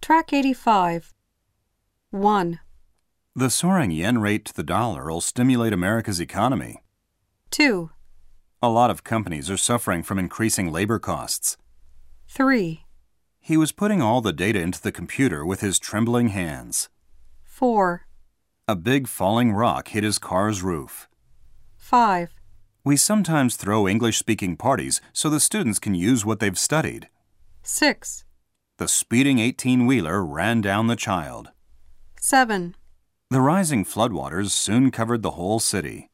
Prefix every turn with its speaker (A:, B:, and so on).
A: Track 85. 1,
B: The soaring yen rate to the dollar will stimulate America's economy.
A: 2,
B: A lot of companies are suffering from increasing labor costs.
A: 3,
B: He was putting all the data into the computer with his trembling hands.
A: 4,
B: A big falling rock hit his car's roof.
A: 5,
B: We sometimes throw English speaking parties so the students can use what they've studied.
A: 6,
B: The speeding 18 wheeler ran down the child.
A: 7.
B: The rising floodwaters soon covered the whole city.